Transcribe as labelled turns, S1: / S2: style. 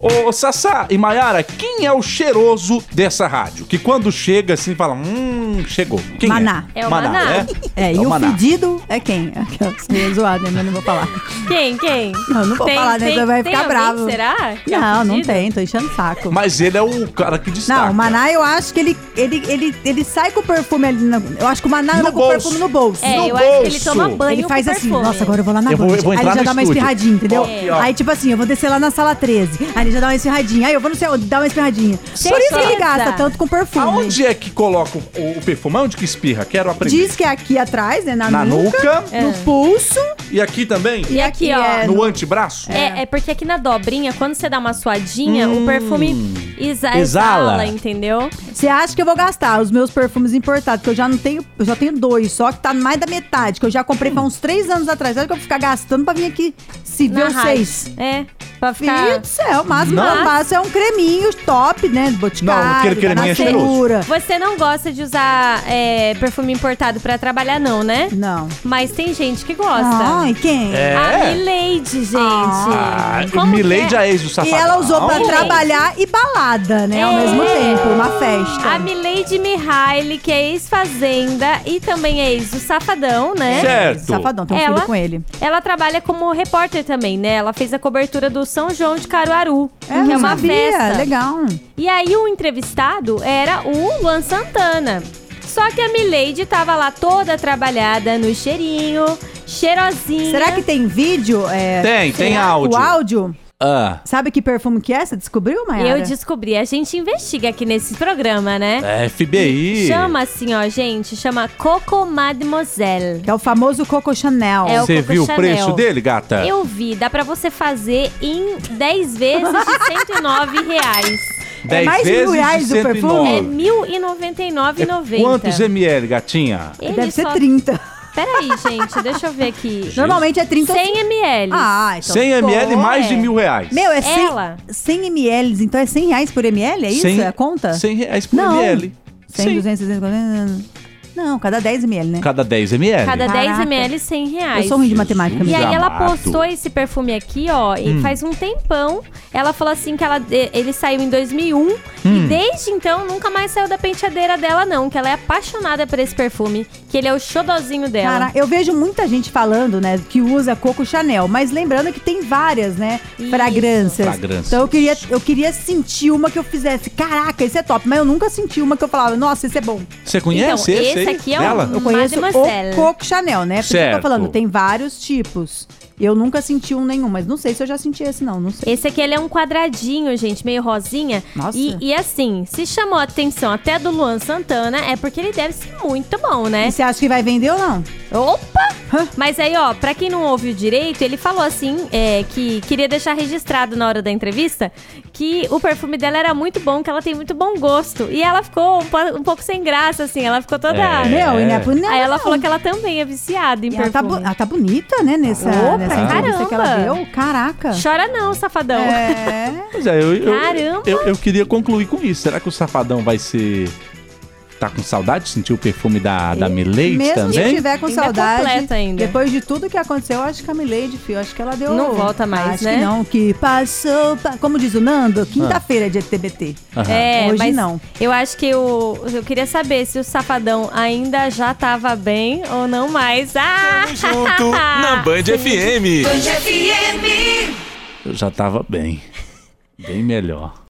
S1: ô, Sassá e Maiara, quem é o cheiroso dessa rádio? Que quando chega assim, fala, hum, chegou. Quem
S2: Maná.
S1: é?
S3: É o Maná.
S1: né?
S2: É, e
S1: o
S2: o
S1: Maná.
S2: pedido é quem? Aquelas meio zoadas, mas não vou falar.
S3: Quem, quem?
S2: Não, não vou falar, né? Você vai ficar
S3: alguém,
S2: bravo.
S3: Será? que é
S2: Não, não
S3: fudido?
S2: tem, tô enchendo o saco.
S1: Mas ele é o cara que destaca.
S2: Não, o Maná eu acho que ele, ele, ele, ele sai com o perfume ali. na- eu acho que o Maná
S1: No
S2: anda com o
S1: bolso.
S2: perfume no bolso.
S3: É,
S1: No
S3: eu acho que ele
S1: bolso.
S3: toma banho
S2: Ele faz
S3: com
S2: assim,
S3: perfume.
S2: nossa, agora eu vou lá na
S1: Eu vou-
S2: Band.
S1: eu vou
S2: Aí ele
S1: entrar
S2: já
S1: no
S2: dá uma
S1: estúdio.
S2: espirradinha, entendeu?
S1: Ó, ó.
S2: Aí tipo assim, eu vou descer lá na sala 13. Aí ele já dá uma espirradinha. Aí eu vou não sei onde, dá uma espirradinha. Por isso que ele
S3: Certeza.
S2: gasta tanto com perfume.
S1: Aonde é que coloca o, o perfume? Aonde que espirra? Quero aprender.
S2: Diz que é aqui atrás, né? Na,
S1: Na nuca.
S2: no pulso.
S1: E aqui também?
S3: E aqui, ó.
S2: é
S1: No antebraço?
S3: É, é porque aqui na dobrinha, quando você dá uma suadinha,
S2: Hum.
S3: o perfume exa-
S1: Exala.
S3: exala. entendeu?
S2: Você acha que eu vou gastar os meus perfumes importados, que eu já não tenho, eu já tenho dois, só que tá mais da metade, que eu já comprei há uns três anos atrás. Você acha que eu vou ficar gastando pra vir aqui se
S3: Na
S2: ver os
S3: rádio.
S2: um seis?
S3: É, pra
S2: Filho
S3: ficar...
S2: do céu, o máximo que
S1: Não.
S2: eu faço é um creminho top, né? Do Boticário,
S1: Não, aquele
S2: da
S1: creminho é
S2: Natura.
S3: Você não gosta de usar é, perfume importado pra trabalhar, não, né?
S2: Não.
S3: Mas tem gente que gosta.
S2: Ai, quem?
S1: É.
S3: A Milady, gente.
S1: Ah,
S3: Como
S1: Milady
S3: que é?
S1: a ex do
S2: E
S1: safadão.
S2: ela usou pra
S3: Gente.
S2: trabalhar e balada, né? Ao
S3: É.
S2: mesmo tempo, uma
S3: A
S2: festa.
S3: Milady Mihaly, que é ex-fazenda e também é ex do Safadão, né?
S1: Certo.
S2: Safadão, tem um
S3: Ela-
S2: filho com ele.
S3: Ela trabalha como repórter também, né? Ela fez a cobertura do São João de Caruaru, que é
S2: não
S3: uma
S2: sabia,
S3: festa.
S2: legal.
S3: E aí o entrevistado era o Luan Santana. Só que a Milady tava lá toda trabalhada no cheirinho, cheirosinha.
S2: Será que tem vídeo? É,
S1: Tem, tem
S2: será?
S1: áudio.
S2: O áudio?
S1: Ah,
S2: Sabe que perfume que é? Você descobriu, Mayara?
S3: Eu descobri, a gente investiga aqui nesse programa, né?
S1: é FBI.
S3: Chama assim, ó, gente, chama Coco Mademoiselle.
S2: Que é o famoso Coco Chanel.
S3: É o
S1: Você
S3: Coco
S1: viu o
S3: Chanel.
S1: preço dele, gata?
S3: Eu vi, dá pra você fazer em 10 vezes de 109 reais.
S2: É mais de mil reais o perfume?
S3: É
S1: R$ 1.099. É
S3: 1.099,90.
S1: Quantos ml, gatinha?
S3: Ele
S2: Deve ser
S3: só-
S2: 30.
S3: Peraí, gente, deixa eu ver aqui.
S2: Normalmente é 30 ou
S3: 100 ml.
S2: Ah, então.
S1: 100 ml,
S2: ficou,
S1: mais
S3: é.
S1: de mil reais.
S2: Meu, é 100,
S3: Ela.
S2: 100 ml, então é 100 reais por ml? É isso?
S1: Cem-
S2: É a conta?
S1: 100 reais por
S2: Não.
S1: ml.
S2: 100,
S1: Sim.
S2: 200, 350. Não, cada 10 ml, né?
S1: Cada 10 ml.
S3: Cada
S2: Caraca.
S3: 10 ml, 100 reais.
S2: Eu sou um ruim de matemática,
S3: E
S2: amiga.
S3: aí ela
S1: Amado.
S3: postou esse perfume aqui, ó, e faz um tempão. Ela falou assim que ela, e- ele saiu em 2001 e desde então nunca mais saiu da penteadeira dela não, que ela é apaixonada por esse perfume, que ele é o xodozinho dela.
S2: Cara, eu vejo muita gente falando, né, que usa Coco Chanel, mas lembrando que tem várias, né,
S3: Isso.
S2: fragrâncias.
S1: Fragrâncias.
S2: Então eu queria, eu queria sentir uma que eu fizesse, caraca, esse é top, mas eu nunca senti uma que eu falava, nossa, esse é bom.
S1: Você conhece
S3: Então,
S1: esse,
S3: esse
S1: aí?
S3: aqui é um-
S1: Dela?
S2: Eu conheço
S3: Mademoiselle.
S2: o Coco Chanel, né? Porque eu
S1: Certo.
S2: tô falando, tem vários tipos. Eu nunca senti um nenhum, mas não sei se eu já senti esse, não. Não sei.
S3: Esse aqui ele é um quadradinho, gente, meio rosinha.
S2: Nossa.
S3: E, e assim, se chamou a atenção até do Luan Santana, é porque ele deve ser muito bom, né?
S2: E você acha que vai vender ou não?
S3: Opa! Mas aí, ó, pra quem não ouviu direito, ele falou assim, é, que queria deixar registrado na hora da entrevista que o perfume dela era muito bom, que ela tem muito bom gosto. E ela ficou um, po- um pouco sem graça, assim, ela ficou toda.
S1: É.
S2: Meu, e não é por não,
S3: Aí ela
S2: não.
S3: falou que ela também é viciada em
S2: E ela
S3: perfume.
S2: tá, bo- ela tá bonita, né, nessa,
S3: Opa,
S2: nessa entrevista que ela
S3: caramba.
S2: deu. Caraca.
S3: Chora não, safadão.
S2: É.
S1: Pois é, eu, eu,
S3: Caramba!
S1: Eu, eu queria concluir com isso. Será que o Safadão vai ser... Tá com saudade de sentir o perfume da, da Milady
S2: Mesmo se
S1: também?
S2: tiver com
S3: Ainda é
S2: saudade,
S3: completa ainda.
S2: depois de tudo que aconteceu, eu acho que a Milady, filho, acho que ela deu...
S3: Não volta mais,
S2: acho
S3: né?
S2: que não, que passou... pa- Como diz o Nando, quinta-feira é dia de TBT.
S1: Aham.
S3: É,
S2: Hoje
S3: mas
S2: não.
S3: Eu acho que eu, eu queria saber se o safadão ainda já tava bem ou não mais. Ah!
S4: Junto na Band FM.
S1: Eu já tava bem. Bem melhor.